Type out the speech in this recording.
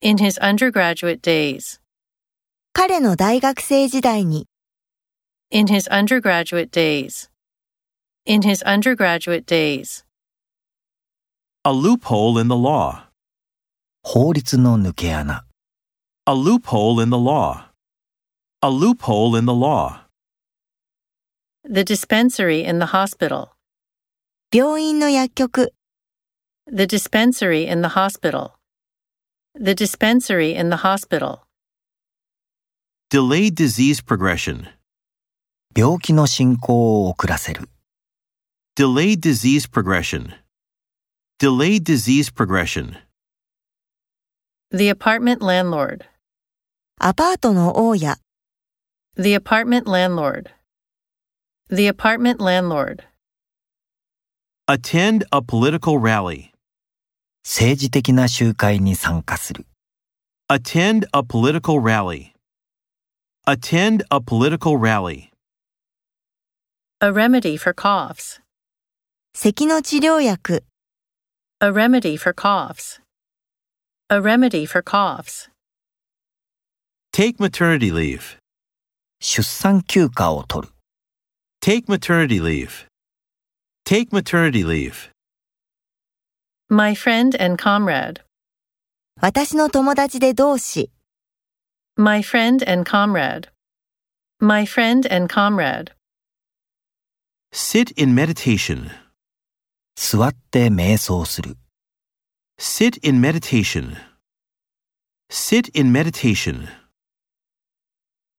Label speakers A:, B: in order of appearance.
A: in his undergraduate days,
B: 彼の大学生時代に
A: in his undergraduate days, in his undergraduate days,
C: A loophole in the law.
D: 法律の抜け穴
C: A loophole in the law. A loophole in the law.
A: the dispensary in the hospital,
B: 病院の薬局
A: the dispensary in the hospital, the dispensary in the hospital,
C: Delayed disease progression.
D: 病気の進行を遅らせる
C: Delayed disease progression. Delayed disease progression.
A: the apartment landlord,
B: アパートの大家
A: the apartment landlord, the apartment landlord,
C: Attend a political rally.
D: 政治的な集会に参加する
C: Attend a political rally. Attend a political rally.
A: a remedy for coughs,
B: 咳の治療薬
A: a remedy for coughs, a remedy for coughs,
C: Take maternity leave.
D: 出産休暇を取る
C: Take maternity leave. Take maternity leave.
A: my friend and comrade,
B: 私の友達で同志
A: my friend and comrade, my friend and comrade,
C: Sit in meditation.
D: 座って瞑想する
C: Sit in meditation. Sit in meditation.